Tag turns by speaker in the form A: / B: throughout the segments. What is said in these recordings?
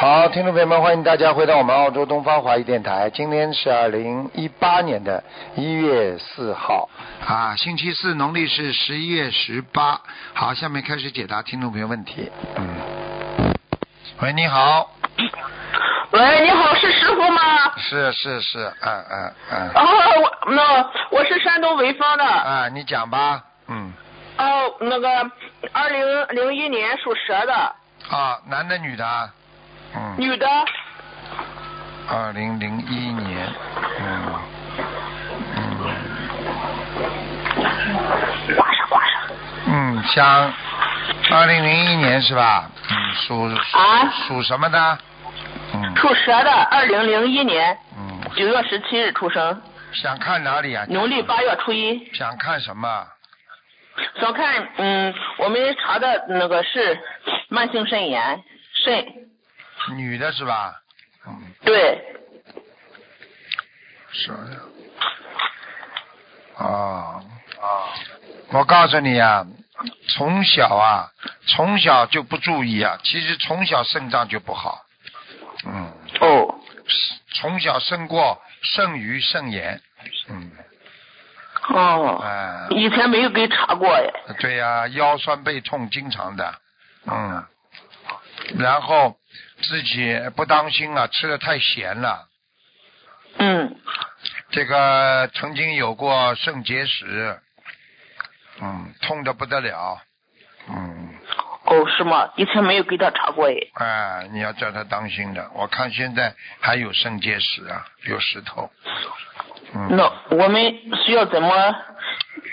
A: 好，听众朋友们，欢迎大家回到我们澳洲东方华语电台。今天是二零一八年的一月四号啊，星期四，农历是十一月十八。好，下面开始解答听众朋友问题。嗯，喂，你好，
B: 喂，你好，是师傅吗？
A: 是是是，嗯嗯嗯，
B: 哦，我那我是山东潍坊的，
A: 啊，你讲吧，嗯，
B: 哦，那个二零零一年属蛇的
A: 啊，男的女的啊，嗯，
B: 女的，
A: 二零零一年，嗯
B: 挂上挂上。
A: 嗯，想二零零一年是吧？嗯，属属
B: 啊
A: 属什么的？嗯
B: 属蛇的，二零零一年
A: 嗯，
B: 九月十七日出生，
A: 想看哪里啊？
B: 农历八月初一。
A: 想看什么？
B: 想看，嗯，我们查的那个是慢性肾炎，肾
A: 女的是吧？嗯，
B: 对，
A: 是的。哦，我告诉你啊，从小啊，从小就不注意啊，其实从小肾脏就不好，嗯，
B: 哦，
A: 从小生过肾盂肾炎，嗯，
B: 哦，
A: 哎、
B: 以前没有给查过哎，
A: 对呀、腰酸背痛经常的，嗯，然后自己不当心啊，吃的太咸了，
B: 嗯，
A: 这个曾经有过肾结石，嗯，痛的不得了，嗯，
B: 哦，是吗？以前没有给他查过哎，
A: 哎，你要叫他当心的，我看现在还有肾结石啊，有石头，嗯，
B: 那我们需要怎么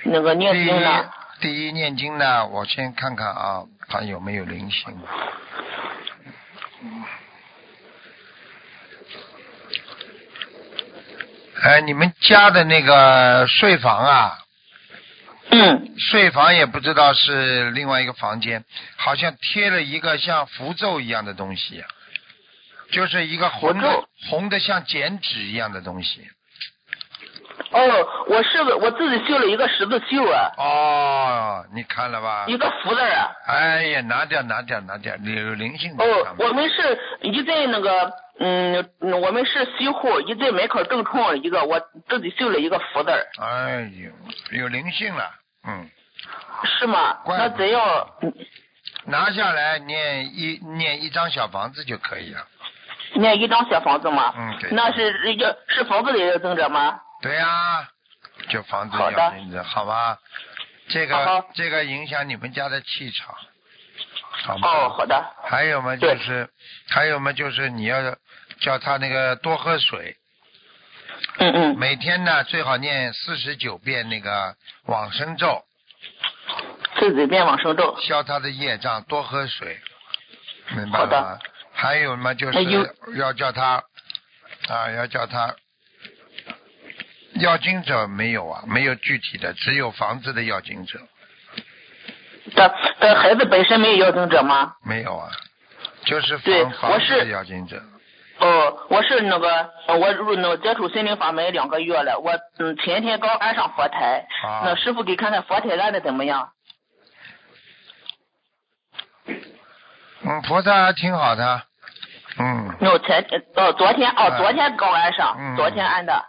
B: 那个念
A: 第一
B: 经呢？
A: 第一念经呢，我先看看啊，他有没有灵性。哎，你们家的那个睡房啊，
B: 嗯，
A: 睡房也不知道是另外一个房间，好像贴了一个像符咒一样的东西，啊就是一个红的
B: 符咒
A: 红的像剪纸一样的东西。
B: 哦，我是个我自己绣了一个十字绣啊，
A: 哦，你看了吧？
B: 一个福字儿啊。
A: 哎呀，拿掉拿掉拿掉，有灵性的
B: 哦
A: 上，面
B: 我们是一在那个嗯，我们是西户，一在门口正冲一个，我自己绣了一个福字儿，
A: 哎呦，有灵性了，嗯，
B: 是吗？
A: 怪
B: 那
A: 不
B: 只要嗯
A: 拿下来念一念一张小房子就可以了。
B: 念一张小房子吗？
A: 嗯对
B: 那是要是房子里的增者吗？
A: 对呀、就房子
B: 好
A: 要
B: 的
A: 名字，好吧？这个
B: 好好
A: 这个影响你们家的气场，好吗？
B: 哦，好的。
A: 嗯还有嘛，就
B: 对
A: 是还有嘛，就是你要叫他那个多喝水，
B: 嗯嗯。
A: 每天呢最好念四十九遍那个往生咒，
B: 自己变往生咒。
A: 消他的业障，多喝水，明白
B: 好的
A: 吗？还有嘛，就
B: 那有
A: 是要叫他啊，要叫他要经者没有啊，没有具体的，只有房子的要经者
B: 他他孩子本身没有要增者吗？
A: 没有啊，就是
B: 对
A: 房
B: 我
A: 房子的
B: 是
A: 要经者。
B: 哦，我是那个，呃我入那个接触心灵法门两个月了，我嗯前天刚安上佛台，
A: 啊
B: 那师傅给看看佛台安的怎么样？
A: 嗯，菩萨还挺好的，啊嗯，
B: 那我前呃昨天哦
A: 嗯
B: 昨天刚安上，
A: 嗯
B: 昨天安的。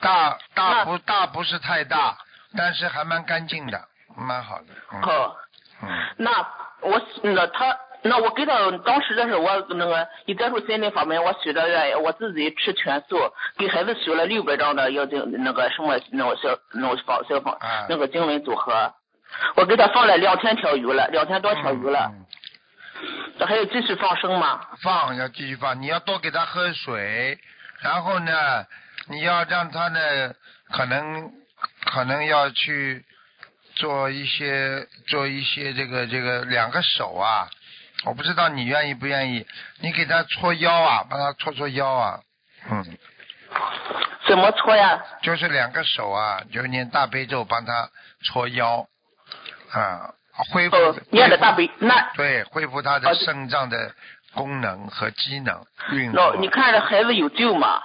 A: 大大
B: 那
A: 不大不是太大，但是还蛮干净的，蛮好的。嗯
B: 哦，
A: 嗯，
B: 那我那他那我给他当时的时候，我那个一接触心灵法门，我许的愿，我自己吃全素，给孩子许了六百张的要经那个什么那种小那种方小方
A: 啊
B: 那个经文组合，我给他放了两千条鱼了，两千多条鱼了。
A: 嗯
B: 还有继续放生吗？
A: 放要继续放，你要多给他喝水，然后呢，你要让他呢，可能可能要去做一些做一些这个这个两个手啊，我不知道你愿意不愿意，你给他搓腰啊，帮他搓搓腰啊，嗯。
B: 怎么搓呀？
A: 就是两个手啊，就念大悲咒帮他搓腰，啊，恢复
B: 哦，念的大悲，那
A: 对恢复他的
B: 哦
A: 肾脏的功能和机能运
B: 那
A: 作。
B: 哦你看这孩子有救吗？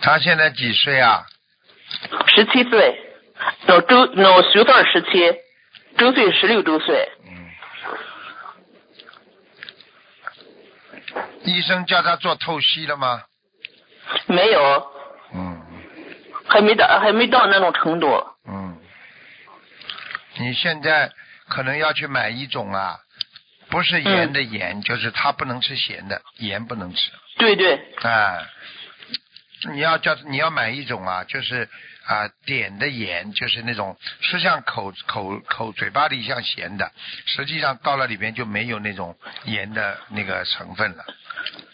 A: 他现在几岁啊？
B: 哦十七岁，那周那我媳妇儿十七，周岁十六周岁，
A: 嗯。医生叫他做透析了吗？
B: 没有，
A: 嗯
B: 还没到还没到那种程度。
A: 嗯。你现在可能要去买一种啊，不是盐的盐，就是他不能吃咸的，盐不能吃。
B: 对对，
A: 啊，你要叫你要买一种啊，就是啊点的盐，就是那种是像口口口嘴巴里像咸的，实际上到了里面就没有那种盐的那个成分了，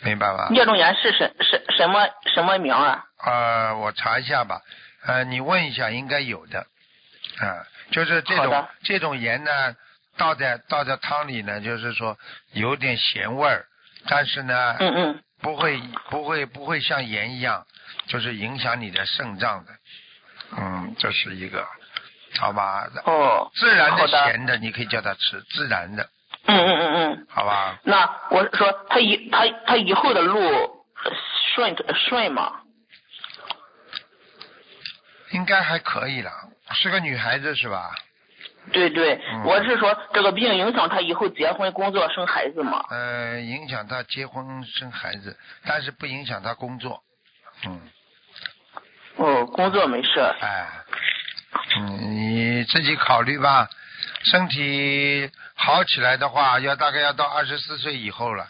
A: 明白吧？
B: 聂种炎是什什什么什么名啊？
A: 呃，我查一下吧，呃，你问一下应该有的，啊、就是这
B: 好
A: 种
B: 的
A: 这种盐呢，倒在倒在汤里呢，就是说有点咸味儿，但是呢，
B: 嗯嗯，
A: 不会不会不会像盐一样，就是影响你的肾脏的。嗯，这是一个，好吧？
B: 哦，
A: 自然
B: 好
A: 的
B: 的
A: 咸的你可以叫他吃，自然的，
B: 嗯嗯嗯嗯。
A: 好吧？
B: 那我说他以他他以后的路呃顺顺吗？
A: 应该还可以了，是个女孩子是吧？
B: 对对
A: 嗯，
B: 我是说这个病影响他以后结婚、工作、生孩子吗？
A: 呃，影响她结婚生孩子，但是不影响她工作。嗯，
B: 哦，工作没事儿。
A: 哎，嗯，你自己考虑吧。身体好起来的话，要大概要到二十四岁以后了。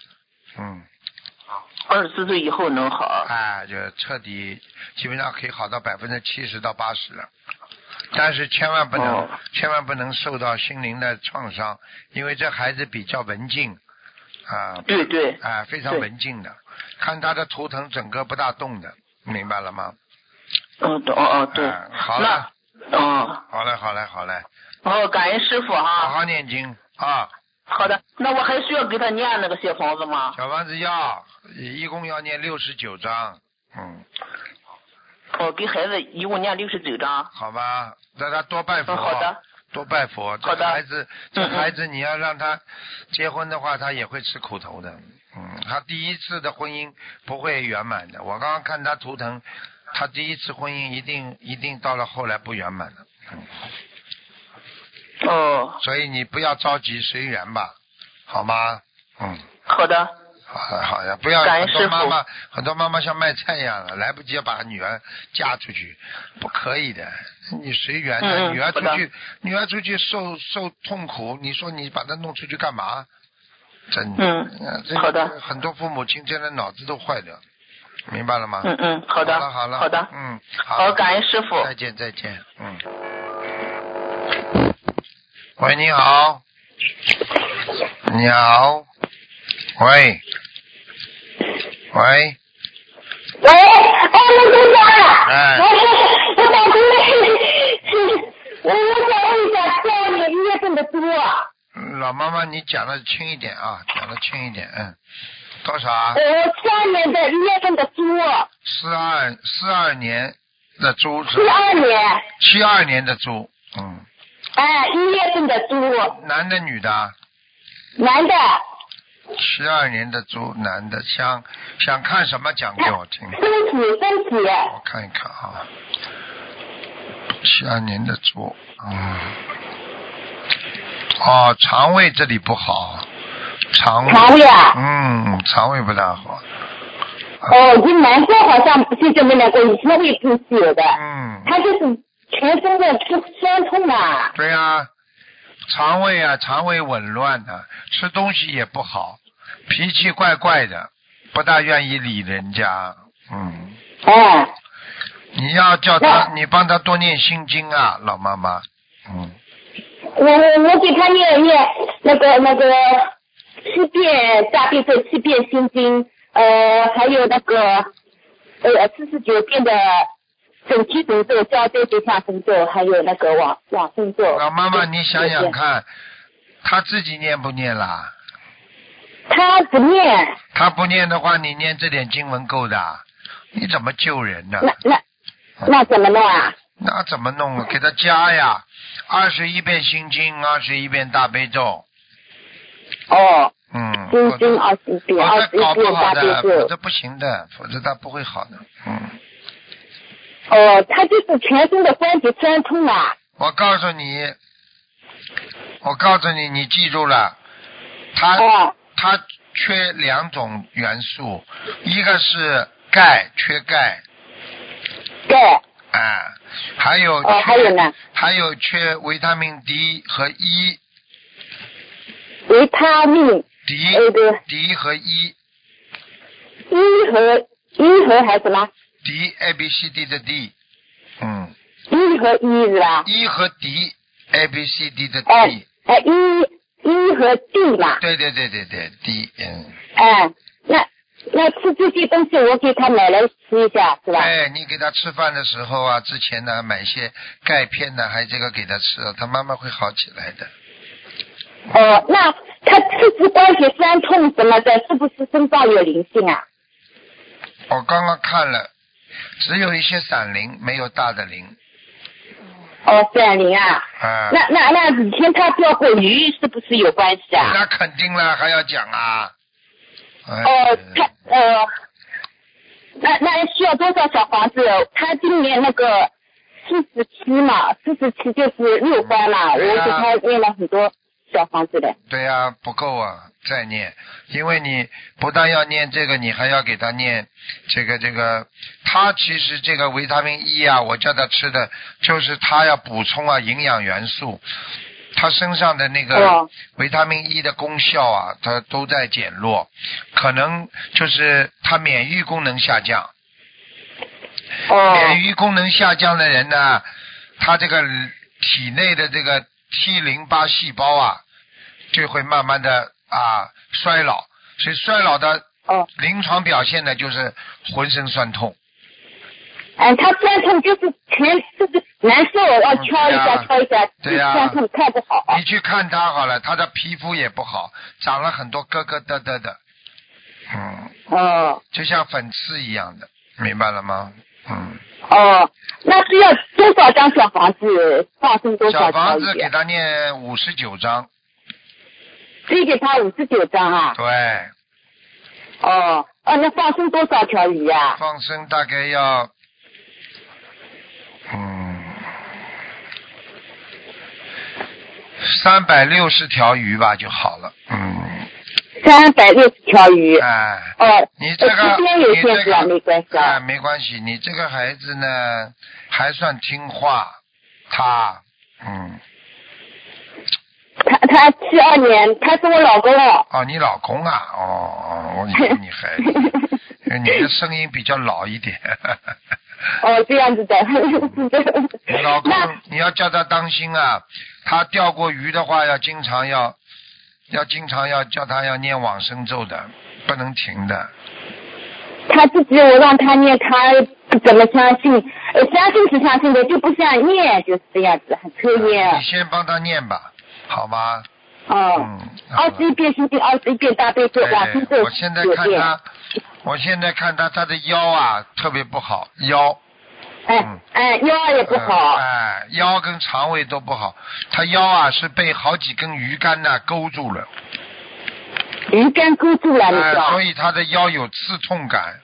A: 嗯。
B: 二十四岁以后能好。
A: 哎，就彻底基本上可以好到百分之七十到八十了，但是千万不能、
B: 哦
A: 千万不能受到心灵的创伤，因为这孩子比较文静啊
B: 对对，
A: 啊，非常
B: 对
A: 文静的，看他的图腾整个不大动的，明白了吗？
B: 嗯，懂哦哦对。
A: 哎好
B: 那
A: 了，
B: 嗯，
A: 好嘞，好嘞，好嘞，
B: 哦，感恩师傅
A: 好
B: 哈。
A: 好念经啊，
B: 好的，那我还需要给他念那个小房子吗？
A: 小房子要一共要念六十九章，嗯，
B: 我哦给孩子一共念六十九章。
A: 好吧，让他多拜佛。
B: 嗯，好的。
A: 多拜佛。这
B: 好
A: 个
B: 的
A: 孩子，这
B: 嗯
A: 个
B: 嗯
A: 孩子你要让他结婚的话，他也会吃苦头的。嗯，他第一次的婚姻不会圆满的。我刚刚看他图腾，他第一次婚姻一定一定到了后来不圆满的。
B: 哦，
A: 所以你不要着急，随缘吧，好吗？嗯，
B: 好的。
A: 好的好的，不要
B: 感
A: 很
B: 恩
A: 多
B: 师
A: 妈
B: 父
A: 妈很多妈妈像卖菜一样的，来不及把女儿嫁出去，不可以的。你随缘的，
B: 嗯嗯
A: 女儿出
B: 好的
A: 去，女儿出去受受痛苦，你说你把她弄出去干嘛？真的，
B: 嗯
A: 呃这个
B: 好的
A: 很多父母亲真的脑子都坏掉，明白了吗？
B: 嗯嗯，好的。
A: 好了，
B: 好的。
A: 嗯，
B: 好，感恩师傅。
A: 再见，再见，嗯。喂，你好。你好。喂。喂。
C: 喂，哎，陆先生啊，
A: 哎
C: 我我打通了，我我想问一下，家里业这么多，
A: 老妈妈，你讲的轻一点啊，讲的轻一点，嗯。多少啊？嗯
C: 呃，家里的业份的啊多，
A: 四二四二年的猪是
C: 七
A: 吧？
C: 二年，
A: 七二年的猪，嗯，
C: 哎，业份的多，
A: 男的女的啊？
C: 男的，
A: 七二年的猪，男的，想想看什么讲给我听。
C: 身体身体，
A: 我看一看啊，七二年的猪，嗯，哦，肠胃这里不好，肠胃，
C: 肠胃啊，
A: 嗯，肠胃不大好，
C: 哦，这男生好像不是这么那个，以前我也不是有的，
A: 嗯，
C: 他就是全身的吃酸痛啊，
A: 对呀、肠胃啊，肠胃紊乱的、吃东西也不好，脾气怪怪的，不大愿意理人家，嗯，
C: 哎，
A: 你要叫他，
C: 那
A: 你帮他多念心经啊，老妈妈，嗯，
C: 我我我给他念念那个那个七遍大悲咒，七遍心经，呃，还有那个呃四十九遍的准提神咒、消灾吉祥神咒，还有那个往往生咒。
A: 老啊妈妈，你想想。看，他自己念不念啦？
C: 他不念，
A: 他不念的话，你念这点经文够的，你怎么救人呢？
C: 那那那怎么弄啊？
A: 那怎么弄啊？给他加呀，二十一遍心经，二十一遍大悲咒，
C: 哦，
A: 嗯，否
C: 心
A: 则
C: 经二十一遍，
A: 否
C: 二
A: 则
C: 十一
A: 哦搞不
C: 遍
A: 好
C: 大悲
A: 的，否
C: 咒。
A: 则不行的，否则他不会好的，嗯。
C: 哦，他就是全身的关节酸痛啊。
A: 我告诉你，我告诉你，你记住了，他、
C: 哦
A: 他缺两种元素，一个是钙，缺钙，
C: 对，
A: 啊，还有缺、
C: 哦还有呢，
A: 还有缺维他命 D 和 E，
C: 维他命
A: D
C: 呃对
A: D 和 E。
C: 一和一和还是什么？
A: D A B C D 的 D，嗯，
C: 一和一是吧？
A: E 和 D A B C D 的 D，、
C: 哎哎一一和 D 嘛，
A: 对对对对对 D，嗯，
C: 哎，那那吃这些东西我给他买来吃一下是吧？
A: 哎，你给他吃饭的时候啊，之前呢买些钙片呢，还这个给他吃，他慢慢会好起来的。
C: 哦，那他四肢关节酸痛什么的，是不是身上有灵性啊？
A: 我刚刚看了，只有一些散灵，没有大的灵
C: 哦，闪灵啊。
A: 啊。
C: 那那那以前他钓过鱼，是不是有关系啊？
A: 那肯定了，还要讲啊。哎
C: 哦，他呃，那那需要多少小房子？他今年那个四十七嘛，四十七就是六关嘛，我
A: 对
C: 给
A: 啊
C: 他念了很多小房子的。
A: 对呀、不够啊，再念，因为你不但要念这个，你还要给他念这个这个。他其实这个维他命 E 啊，我叫他吃的，就是他要补充啊营养元素，他身上的那个
C: 哦
A: 维他命 E 的功效啊，它都在减弱，可能就是他免疫功能下降。
C: 哦
A: 免疫功能下降的人呢，他这个体内的这个 T 淋巴细胞啊，就会慢慢的啊衰老，所以衰老的
C: 哦，
A: 临床表现呢就是浑身酸痛。
C: 嗯，他酸痛就是全就是难受，要
A: 嗯
C: 敲一
A: 对
C: 下
A: 啊
C: 敲一下，就
A: 对啊
C: 酸痛太不好。啊
A: 你去看他好了，他的皮肤也不好，长了很多疙疙瘩瘩的，嗯，
C: 哦
A: 就像粉刺一样的，明白了吗？嗯，
C: 哦，那是要多少张小房子放生多
A: 小
C: 少
A: 房
C: 条
A: 子
C: 鱼
A: 给
C: 啊？
A: 他念五十九章，
C: 只给他五十九张啊。
A: 对。
C: 哦哦，那放生多少条鱼啊？
A: 放生大概要，嗯，三百六十条鱼吧就好了。嗯，
C: 三百六十条鱼。
A: 哎，
C: 哦，
A: 你这
C: 呃
A: 个，
C: 时间有
A: 你这个，
C: 限制啊，没关系
A: 哎，
C: 啊。
A: 没关系，你这个孩子呢还算听话，他，嗯，哎
C: 他他七二年，他是我老公哦。
A: 哦，你老公啊，哦哦，我以为你孩子，你的声音比较老一点。
C: 哦，这样子的。
A: 你老公
C: 那，
A: 你要叫他当心啊！他钓过鱼的话，要经常要，要经常要叫他要念往生咒的，不能停的。
C: 他自己我让他念，他不怎么相信，呃，相信是相信的，就不想念，就是这样子，很抽
A: 你
C: 烟。
A: 先帮他念吧，好吗？
C: 哦，
A: 嗯。好
C: 二
A: 了
C: 十一遍心经，二十一遍大悲咒，往生
A: 对，
C: 咒
A: 我现在
C: 九
A: 看
C: 遍。
A: 他，我现在看他他的腰啊特别不好，腰。嗯
C: 哎哎，腰也不好。
A: 呃哎，腰跟肠胃都不好，他腰啊是被好几根鱼竿呐、勾住了，
C: 鱼竿勾住了，
A: 哎、
C: 你知道
A: 所？以他的腰有刺痛感。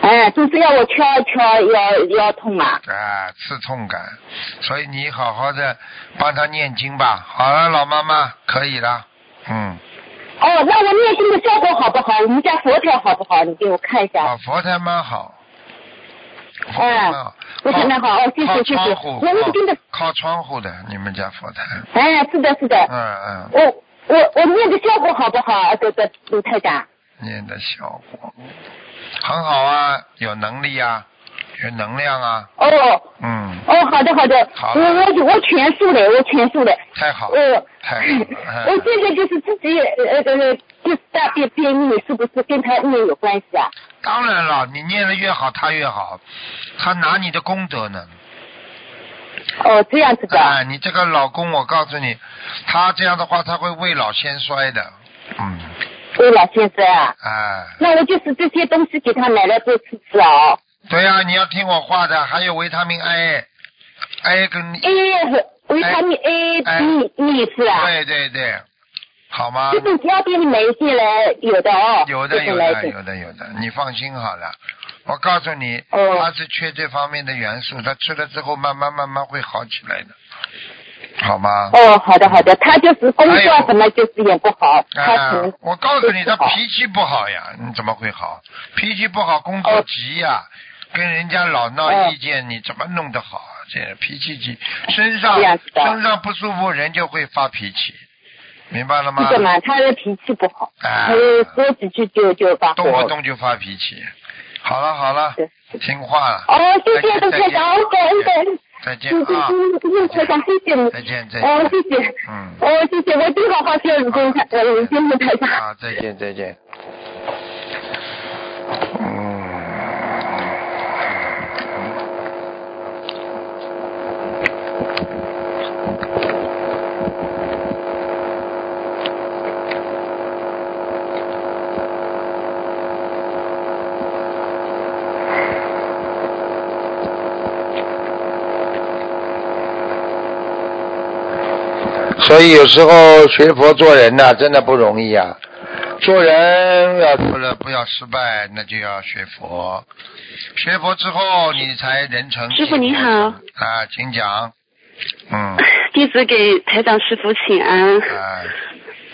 C: 哎，就是要我敲一敲腰腰痛嘛。
A: 啊，刺痛感，所以你好好的帮他念经吧。好了，老妈妈，可以了。嗯，
C: 哦，那我念经的效果好不好？我们家佛台好不好？你给我看一下。
A: 啊，佛台蛮好。佛台
C: 哎
A: 蛮好，
C: 佛台蛮好哦谢谢
A: 靠
C: 谢谢
A: 窗户，
C: 我一定的
A: 靠靠窗户的，你们家佛台。
C: 哎，是的，是的。
A: 嗯嗯，
C: 我我我念的效果好不好？这个卢太长。
A: 念的效果很好啊，有能力啊，有能量啊。
C: 哦
A: 嗯，
C: 哦，好的好的。
A: 好
C: 我
A: 了
C: 我我全素的，我全素的。
A: 太好了，
C: 我
A: 太好了。
C: 我
A: 嗯
C: 现在就是自己呃呃呃，就是大便便秘，是不是跟他念有关系啊？
A: 当然了，你念的越好，他越好，他拿你的功德呢。
C: 哦，这样子的。
A: 啊，你这个老公，我告诉你，他这样的话，他会未老先衰的。嗯，
C: 对了，先生啊，
A: 哎，
C: 那我就是这些东西给他买来多吃吃啊、哦。
A: 对呀、你要听我话的，还有维他命 A，A 跟
C: A 和维他命 A、
A: 哎
C: B、E 是吧？
A: 对对对，好吗
C: 就？是只要给你买一些来，有的哦，
A: 啊有的
C: 就
A: 有
C: 是来一
A: 的
C: 些
A: 有的有的，你放心好了。我告诉你，
C: 哦
A: 他是缺这方面的元素，他吃了之后慢慢慢慢会好起来的。好吗？
C: 哦，好的好的，他就是工
A: 还
C: 作
A: 有
C: 什么就是也不好，他
A: 啊
C: 可能，
A: 我告诉你，他
C: 不好
A: 脾气不好呀，你怎么会好？脾气不好，工作
C: 哦
A: 急呀，跟人家老闹
C: 哦
A: 意见，你怎么弄得好啊？这脾气急，身上
C: 这样子的
A: 身上不舒服，人就会发脾气，明白了吗
C: 是？的嘛，他的脾气不好，
A: 啊
C: 他就说几句就就发火
A: 动不
C: 了。
A: 动就发脾气。好了好了，
C: 对
A: 听话了，
C: 哦，谢谢卢台长，我感恩
A: 再见
C: 感
A: 啊，
C: 恩，谢谢卢台长，谢谢你。
A: 再见再
C: 哦
A: 见，，
C: 谢谢，
A: 嗯，
C: 哦，谢谢，我一定好好谢谢卢台长，呃，谢谢卢台长。
A: 啊，再见再 见。嗯，所以有时候学佛做人呐、真的不容易啊。做人要为了不要失败，那就要学佛。学佛之后，你才人成。
D: 师父您好。
A: 啊，请讲。嗯，
D: 弟子给台长师傅请安。
A: 啊，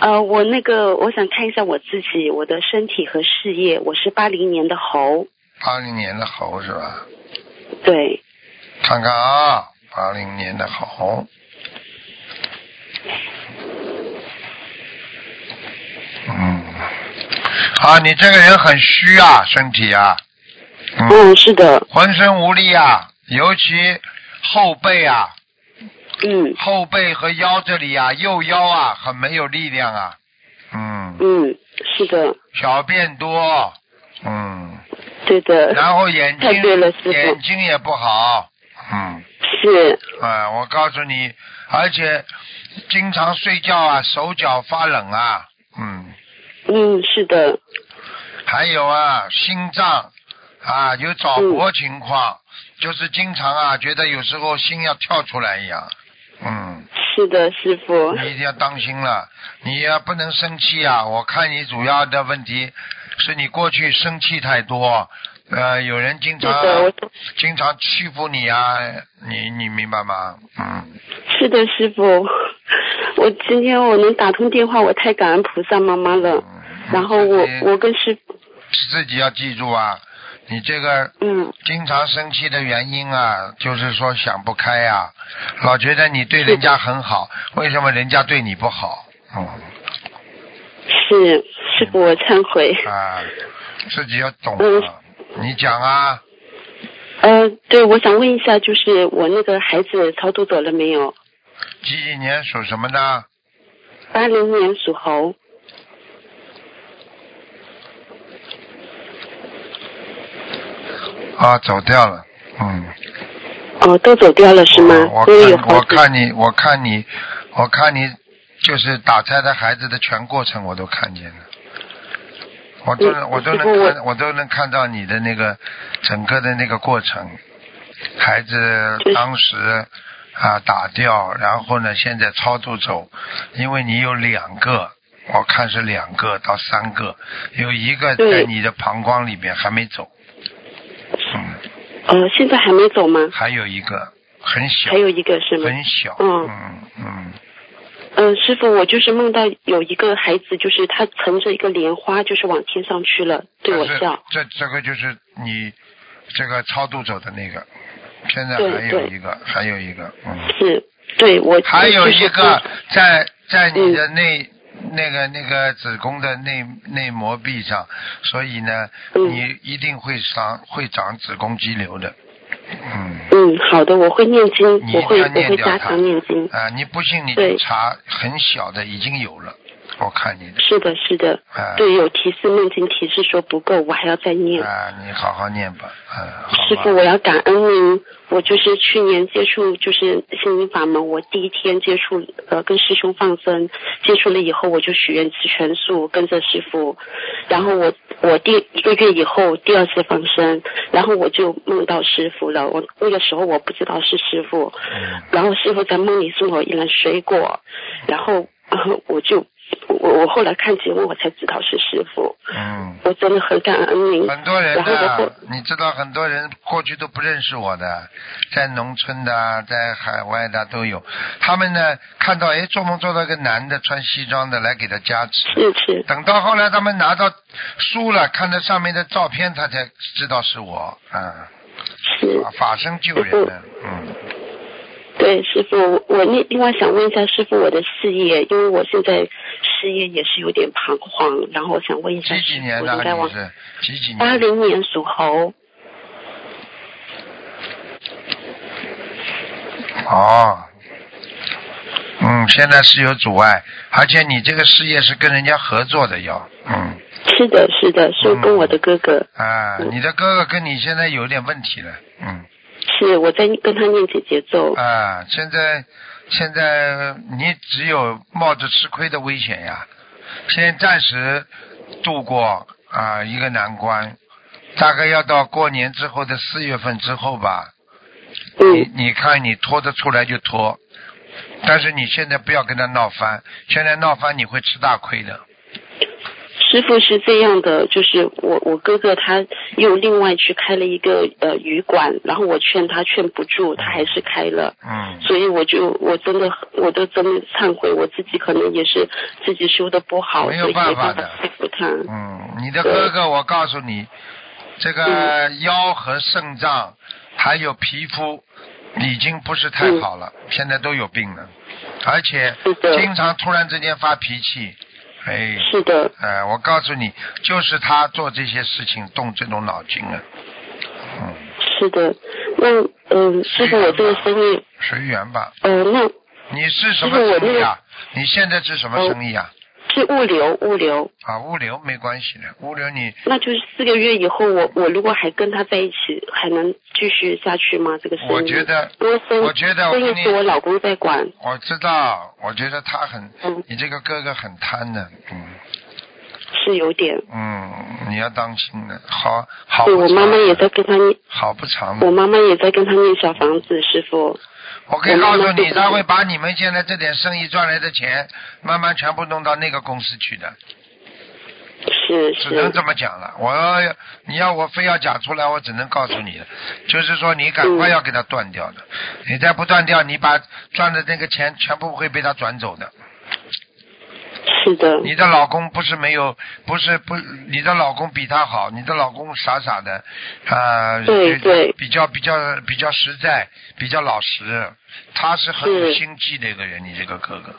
D: 呃，我那个我想看一下我自己，我的身体和事业。我是八零年的猴，
A: 八零年的猴是吧？
D: 对，
A: 看看啊，八零年的猴。嗯，啊，你这个人很虚啊，身体啊。嗯
D: 嗯，是的，
A: 浑身无力啊，尤其后背啊，
D: 嗯
A: 后背和腰这里啊，右腰啊，很没有力量啊。嗯，
D: 嗯，是的，
A: 小便多，嗯，
D: 对的，
A: 然后眼
D: 太对
A: 睛
D: 了师傅
A: 眼睛也不好，嗯，
D: 是，
A: 啊，我告诉你，而且经常睡觉啊，手脚发冷啊，嗯，
D: 嗯，是的，
A: 还有啊，心脏啊有早搏情况，就是经常啊觉得有时候心要跳出来一样，嗯，
D: 是的，师傅，
A: 你一定要当心了，你也不能生气啊！我看你主要的问题是你过去生气太多，呃，有人经
D: 是
A: 常
D: 的，我
A: 经常欺负你啊，你你明白吗？嗯，
D: 是的，师傅， 我今天我能打通电话，我太感恩菩萨妈妈了。
A: 嗯
D: 然后我
A: 你
D: 我跟师，
A: 自己要记住啊，你这个
D: 嗯，
A: 经常生气的原因啊，就是说想不开呀、老觉得你对人家很好，为什么人家对你不好？嗯
D: 是师傅，我忏悔。
A: 啊，自己要懂啊
D: 嗯。
A: 你讲啊，
D: 呃，对，我想问一下，就是我那个孩子超度走了没有？
A: 几几年属什么的？
D: 八零年属猴，
A: 啊，走掉了。嗯，
D: 哦，都走掉了是吗
A: 我？
D: 因为
A: 我
D: 有
A: 看
D: 猴
A: 我
D: 子。
A: 看你，我看你，我看你，就是打胎的孩子的全过程我都看见了，我都能
D: 嗯
A: 我都
D: 师傅
A: 能
D: 我
A: 看我都能看到你的那个整个的那个过程，孩子
D: 就是
A: 当时啊打掉，然后呢现在超度走，因为你有两个。我看是两个到三个，有一个在
D: 对
A: 你的膀胱里面还没走，嗯，
D: 呃，现在还没走吗？
A: 还有一个很小
D: 还，有一个是吗？
A: 很小，
D: 嗯
A: 嗯嗯
D: 嗯、师傅，我就是梦到有一个孩子，就是他乘着一个莲花，就是往天上去了，对我
A: 但是
D: 笑。
A: 这这个就是你这个超度走的那个，现在
D: 对
A: 还有
D: 对
A: 一个，还有一个，嗯，
D: 是，对我
A: 还有
D: 就是
A: 一个在在你
D: 嗯
A: 的内、那个那个子宫的内内膜壁上，所以呢，
D: 嗯
A: 你一定会长会长子宫肌瘤的，嗯。
D: 嗯，好的，我会念经，
A: 你
D: 我会
A: 要
D: 我
A: 念
D: 会
A: 掉
D: 加
A: 它
D: 强念经。
A: 啊、你不信你就
D: 对
A: 查，很小的已经有了，我看你的
D: 是的，是的，
A: 啊。
D: 对，有提示梦境提示说不够，我还要再念。
A: 啊，你好好念吧，嗯，好吧
D: 师傅，我要感恩您。我就是去年接触就是心灵法门，我第一天接触呃跟师兄放生，接触了以后我就许愿吃全素，跟着师傅。然后我我第一个月以后第二次放生，然后我就梦到师傅了。我那个时候我不知道是师傅， 然后师傅在梦里送我一篮水果，然后、呃我就我我我后来看节目我才知道是师傅，
A: 嗯，
D: 我真的很感恩您。
A: 很多人
D: 然后我
A: 呢
D: 后，
A: 你知道，很多人过去都不认识我的，在农村的，啊在海外的啊都有。他们呢，看到哎，做梦做到一个男的穿西装的来给他加持。
D: 是是
A: 等到后来他们拿到书了，看到上面的照片，他才知道是我。嗯，
D: 是
A: 法，法身救人的，嗯，
D: 对师傅，我另另外想问一下师傅我的事业，因为我现在事业也是有点彷徨，然后我想问一下
A: 几几
D: 师
A: 年
D: 傅
A: 的啊
D: 应该
A: 你
D: 往
A: 是？几几
D: 八
A: 年？
D: 零年属猴，
A: 哦，嗯，现在是有阻碍，而且你这个事业是跟人家合作的要，嗯。
D: 是的是的，是跟我的哥哥。
A: 啊，
D: 嗯
A: 你的哥哥跟你现在有点问题了，嗯，
D: 是我在跟他念姐姐咒，
A: 啊，现在现在你只有冒着吃亏的危险呀，先暂时度过啊一个难关，大概要到过年之后的四月份之后吧，你
D: 嗯，
A: 你看你拖得出来就拖，但是你现在不要跟他闹翻，现在闹翻你会吃大亏的，
D: 师傅是这样的，就是我我哥哥他又另外去开了一个呃旅馆，然后我劝他劝不住，他还是开了，
A: 嗯，
D: 所以我就我真的我都真的忏悔，我自己可能也是自己修的不好，
A: 没
D: 所
A: 有
D: 以没
A: 办
D: 办
A: 法
D: 法
A: 的
D: 佩服他，
A: 嗯，你的哥哥，我告诉你，这个
D: 嗯
A: 腰和肾脏还有皮肤已经不是太好了，现在都有病了，而且
D: 嗯是的
A: 经常突然之间发脾气，哎，
D: 是的，
A: 呃，我告诉你，就是他做这些事情动这种脑筋了，嗯，
D: 是的，那嗯、师傅我这个生意，
A: 随缘吧。
D: 呃，那
A: 你是什么
D: 师傅我
A: 生意
D: 那
A: 啊？你现在是什么
D: 哦
A: 生意啊？
D: 是物流物流，
A: 啊，物流没关系的，物流你
D: 那就是四个月以后我我如果还跟他在一起，还能继续下去吗？这个生意？
A: 我觉得
D: 因为生
A: 我觉得我
D: 生
A: 跟
D: 意
A: 你
D: 是我老公在管，
A: 我知道，我觉得他很，
D: 嗯
A: 你这个哥哥很贪的，嗯
D: 是有点。
A: 嗯，你要当心的，好好
D: 对
A: 不
D: 我
A: 长
D: 妈妈也
A: 的
D: 在跟他念，
A: 好不长的
D: 我。妈妈也在跟他念小房子，师傅。
A: 我可以
D: 我妈
A: 告
D: 妈
A: 诉你，
D: 是
A: 他会把你们现在这点生意赚来的钱，慢慢全部弄到那个公司去的，
D: 是
A: 只
D: 是
A: 能这么讲了。我你要我非要讲出来，我只能告诉你了，就是说你赶快
D: 嗯
A: 要给他断掉的，你再不断掉，你把赚的那个钱全部会被他转走的。
D: 是的，
A: 你的老公不是没有，不是不，你的老公比他好，你的老公傻傻的，啊、
D: 对
A: 就
D: 对
A: 比较比较比较实在，比较老实，他是很有
D: 是
A: 心机的一个人，你这个哥哥，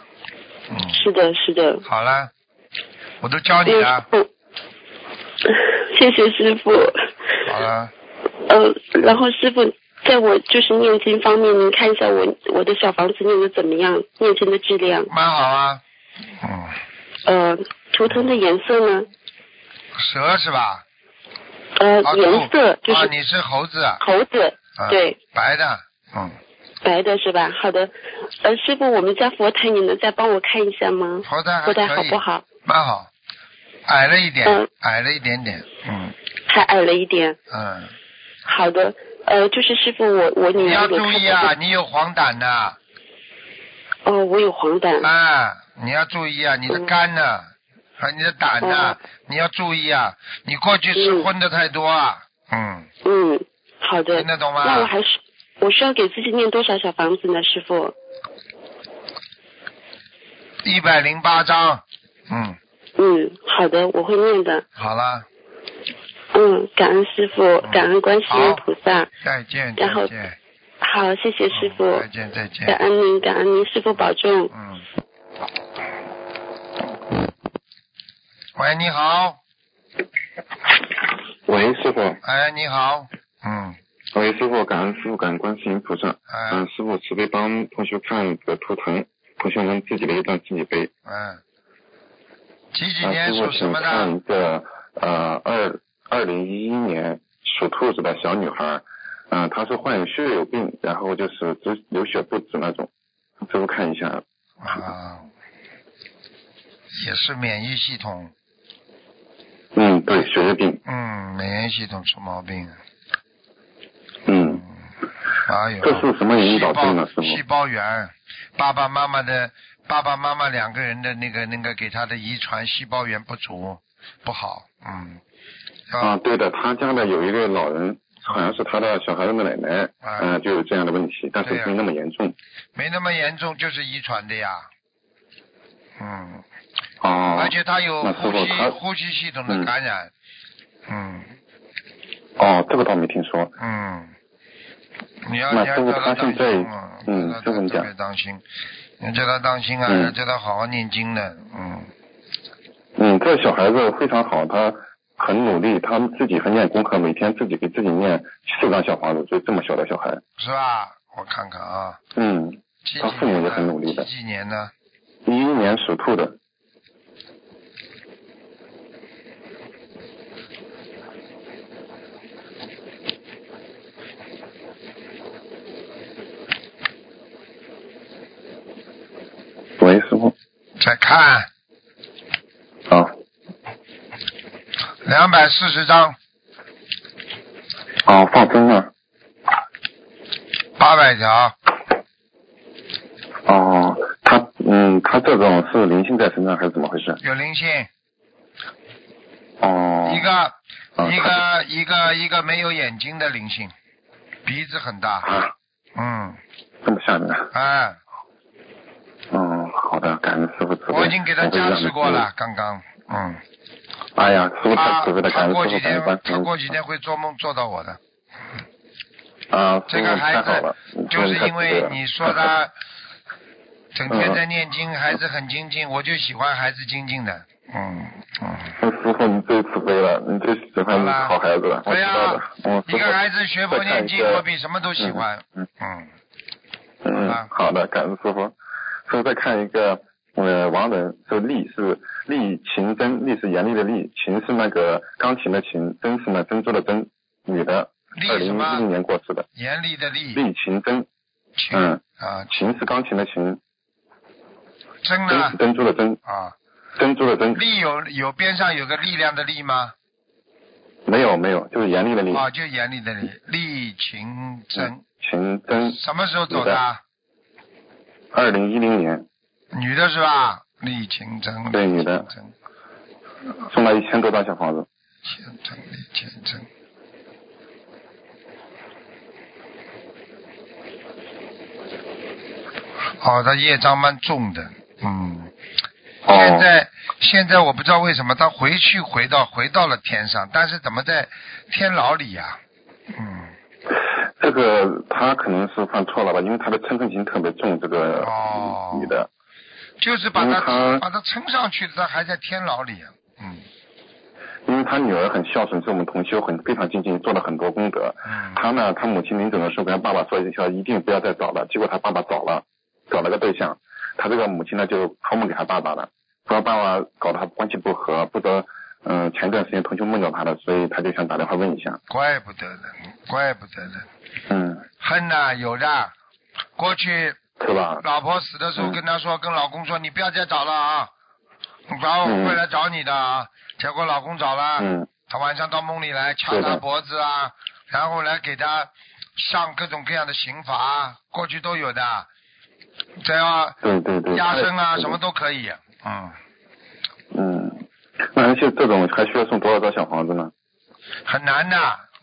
A: 嗯，
D: 是的，是的。
A: 好了，我都教你啊
D: 那
A: 了，
D: 嗯 谢谢师傅。嗯
A: 好了，
D: 呃，然后师傅，在我就是念经方面，您看一下我我的小房子念的怎么样，念经的质量，
A: 蛮好啊，嗯，
D: 呃，图腾的颜色呢？
A: 蛇是吧？
D: 呃，
A: 啊，
D: 颜色
A: 兔
D: 就
A: 啊，
D: 是
A: 你是猴子，啊，
D: 猴子，
A: 啊
D: 对，
A: 白的，嗯，
D: 白的是吧？好的，呃，师傅，我们家佛台你能再帮我看一下吗？
A: 猴子还
D: 佛台
A: 可
D: 嗯好
A: 以
D: 不，好？
A: 蛮好，矮了一点
D: 嗯，
A: 矮了一点点，嗯
D: 还矮了一点。
A: 嗯。
D: 好的，呃，就是师傅，我我女
A: 你要
D: 儿有
A: 注
D: 看
A: 意啊，
D: 到，
A: 你有黄疸的，
D: 哦，我有黄疸，
A: 啊，你要注意啊，你
D: 嗯
A: 的肝呢、和你的胆呢、
D: 哦
A: 你要注意啊，你过去吃
D: 嗯
A: 荤的太多啊，嗯，
D: 嗯，好的
A: 听，得懂
D: 那我
A: 吗？
D: 还是我需要给自己念多少小房子呢，师傅？
A: 一百零八章，嗯，
D: 嗯，好的，我会念的。
A: 好了，
D: 嗯，感恩师傅，感恩观世
A: 好
D: 音菩萨。
A: 再见，再
D: 然后
A: 见，
D: 好，谢谢师傅，
A: 嗯再见，再见，
D: 感恩您，感恩您，师傅保重。
A: 嗯。喂，你好，
E: 喂，师傅，
A: 哎，你好，嗯，
E: 喂，师傅，感恩师傅，感恩观世音菩萨。
A: 哎
E: 嗯，，师傅慈悲帮同学看一个图腾，同学们自己的一段自己背。
A: 嗯，几几
E: 啊，
A: 年
E: 师
A: 属
E: 傅，
A: 什
E: 请
A: 么
E: 看
A: 的？
E: 一个呃二二零一一年属兔子的小女孩，嗯、她是患有血友病，然后就是只流血不止那种。师傅看一下，
A: 啊，也是免疫系统，
E: 嗯，对，血液病，
A: 嗯，免疫系统出毛病，
E: 嗯，
A: 哎呦，
E: 这是什么引导症呢？
A: 细
E: 师
A: 胞细
E: 傅，
A: 胞源，爸爸妈妈的爸爸妈妈两个人的那个那个给他的遗传细胞源不足，不好，嗯，
E: 啊，对的，他家的有一个老人，好像是他的小孩子的奶奶，
A: 啊
E: 嗯、就有这样的问题，但是
A: 对呀
E: 没那么严重。
A: 没那么严重，就是遗传的呀，嗯，
E: 哦、
A: 而且他有
E: 那
A: 呼
E: 师
A: 吸
E: 傅他
A: 呼吸系统的
E: 嗯
A: 感染，嗯
E: 哦，这个倒没听说。
A: 嗯，你要
E: 那
A: 你要
E: 师傅
A: 叫他
E: 他
A: 当
E: 现在
A: 心啊，
E: 嗯
A: 叫
E: 师傅
A: 他
E: 你
A: 特
E: 讲
A: 别当心，你叫他当心啊，
E: 嗯
A: 要叫他好好念经的，嗯
E: 嗯，这小孩子非常好，他很努力，他自己很念功课，每天自己给自己念四张小房子，就这么小的小孩。
A: 是吧？我看看啊，
E: 嗯，
A: 几
E: 他
A: 几
E: 父母
A: 年
E: 也
A: 的
E: 很努力的
A: 几几年呢？
E: 一一年属兔的，喂，师傅，
A: 再看
E: 啊，
A: 两百四十张，
E: 啊，放生了，
A: 八百条，
E: 哦、他，嗯，他这种是灵性在身上还是怎么回事？
A: 有灵性，
E: 哦、
A: 一个
E: 啊
A: 一个一个一个没有眼睛的灵性，鼻子很大，
E: 啊，
A: 嗯，
E: 这么吓人啊，
A: 哎，
E: 嗯，好的，感恩师傅慈悲。
A: 我已经给他
E: 会让
A: 加
E: 他
A: 持过了，刚刚，嗯，
E: 注意。哎呀，师傅
A: 他
E: 太慈悲了，感
A: 他过
E: 恩
A: 几
E: 师傅，感
A: 天他
E: 恩观世音
A: 过几天会做梦做到我的，
E: 啊，
A: 这个
E: 师傅
A: 孩
E: 太好
A: 子
E: 了
A: 就是
E: 师傅太
A: 因
E: 慈悲
A: 为
E: 了
A: 你说他整天
E: 嗯
A: 在念经，孩子很精进，我就喜欢孩子精进的，嗯嗯。
E: 师傅，你最慈悲了，你最喜欢
A: 好吧
E: 好孩子了，我
A: 对
E: 知
A: 呀、
E: 道的。嗯，
A: 一个孩子学佛念经，
E: 再看一下
A: 我比什么都喜欢。
E: 嗯
A: 嗯，
E: 师傅
A: 啊
E: 嗯，好的，感恩师傅。师傅再看一个，呃，王人是厉是厉秦真，厉是严厉的厉，秦是那个钢琴的琴，真是呢珍珠的珍，女的，
A: 厉
E: 二
A: 嗯什
E: 零
A: 么
E: 一零年过世的，
A: 严厉的厉，
E: 厉秦真，
A: 请
E: 嗯，
A: 啊，
E: 琴是钢琴的琴，
A: 真
E: 珍
A: 呢
E: 是珍珠的珍，
A: 啊，
E: 珍珠的珍，
A: 力有有边上有个力量的力吗？
E: 没有没有，就是严厉的厉，
A: 啊，就严厉的力，力勤真。
E: 秦真，
A: 什么时候走的啊？
E: 二零一零年
A: 女的是吧？力勤真。
E: 对
A: 力
E: 女的
A: 勤真，
E: 送了一千多张小房子，
A: 勤真，力勤真。好的，哦业障蛮重的，嗯。现
E: 哦，
A: 在现在我不知道为什么他回去回到回到了天上，但是怎么在天牢里呀、嗯，
E: 这个他可能是犯错了吧，因为他的嗔恨心特别重，这个
A: 哦
E: 女的，
A: 就是把
E: 因
A: 他
E: 为他
A: 把他撑上去，他还在天牢里、嗯
E: 因为他女儿很孝顺，是我们同修很非常精进，做了很多功德。
A: 嗯，
E: 他呢，他母亲临走的时候跟他爸爸说一下，一定不要再找了。结果他爸爸找了，找了个对象，他这个母亲呢就托梦给他爸爸了，说爸爸搞得他关系不和，不得，嗯、前段时间同修梦到他了，所以他就想打电话问一下。
A: 怪不得的，怪不得的，
E: 嗯，
A: 恨呐、有的。过去
E: 是吧？
A: 老婆死的时候
E: 嗯
A: 跟他说，跟老公说，你不要再找了啊，然后
E: 嗯
A: 会来找你的啊。结果老公找了，
E: 嗯，
A: 他晚上到梦里来掐
E: 对
A: 他
E: 的
A: 脖子啊，然后来给他上各种各样的刑罚啊，过去都有的，只要
E: 对对对。
A: 压身啊，
E: 对
A: 什么。都可以。嗯，
E: 嗯，那像这种还需要送多少张小房子呢？
A: 很难的。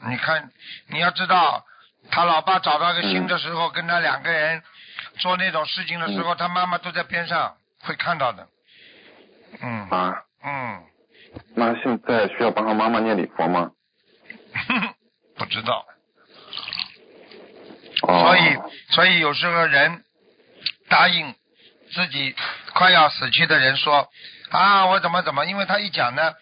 A: 你看，你要知道，他老爸找到个新的时候，跟他两个人做那种事情的时候，他妈妈都在边上会看到的。嗯
E: 啊，
A: 嗯，
E: 那现在需要帮他妈妈念礼佛吗？
A: 不知道。
E: 哦。
A: 所以，所以有时候人答应自己快要死去的人说啊，我怎么怎么，因为他一讲呢，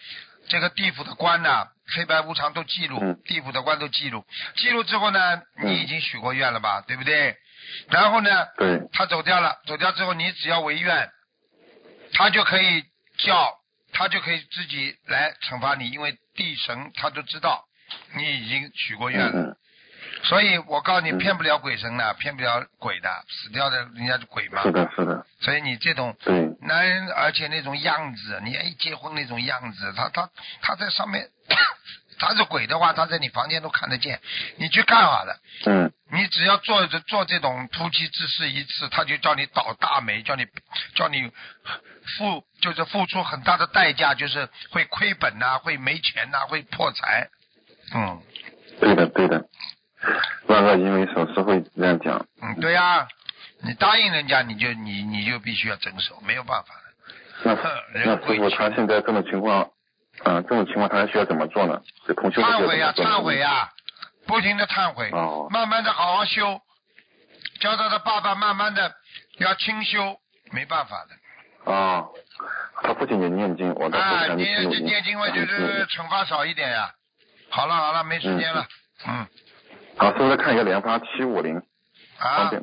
A: 这个地府的官呐、黑白无常都记录，
E: 嗯
A: 地府的官都记录，记录之后呢，你
E: 嗯
A: 已经许过愿了吧，对不对？然后呢，
E: 对，
A: 他走掉了，走掉之后你只要违愿，他就可以叫他就可以自己来惩罚你，因为地神他都知道你已经许过愿
E: 嗯
A: 了。
E: 嗯，
A: 所以我告诉你，
E: 嗯
A: 骗不了鬼神的，骗不了鬼的，死掉的人家是鬼嘛
E: 是。的，是的，
A: 所以你这种
E: 对，
A: 男人，而且那种样子，你一结婚那种样子，他他他在上面 他是鬼的话，他在你房间都看得见，你去看好了。
E: 嗯
A: 你只要做着做这种突击之事一次，他就叫你倒大霉，叫你叫你付就是付出很大的代价，就是会亏本呐、会没钱呐、会破财。嗯
E: 对的对的，万恶淫为首，是会这样讲。
A: 嗯，对呀、你答应人家，你就你你就必须要遵守，没有办法了。
E: 那
A: 嗯人
E: 那
A: 鬼
E: 师傅
A: 情
E: 他现在这种情况，嗯、这种情况他还需要怎么做呢？这同修
A: 忏
E: 们
A: 悔
E: 需
A: 呀、
E: 要怎么
A: 忏
E: 做
A: 悔
E: 呢？
A: 呀、不停的忏悔，
E: 哦
A: 慢慢的好好修，教他的爸爸慢慢的要清修，没办法的。
E: 哦，他父亲也念经，我到时候
A: 啊，
E: 给他
A: 你嗯
E: 念
A: 这
E: 经。
A: 念经嘛，就是惩罚少一点呀。好了好了，没时间了。嗯
E: 好，师傅再看一个莲花七五零，方
A: 啊，
E: 便。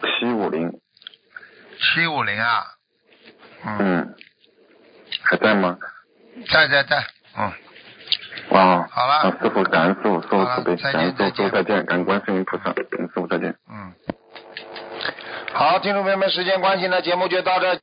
E: 七五零，
A: 七五零啊，嗯，
E: 嗯，还在吗？
A: 在在在，嗯，
E: 哇，
A: 好
E: 啊，
A: 了，
E: 师傅，感恩师傅，师傅慈悲，
A: 好了再见再见
E: 感恩师傅，师傅再见，感恩观世音菩萨，嗯师傅再见。
A: 嗯。好，听众朋友们，时间关系呢，节目就到这儿。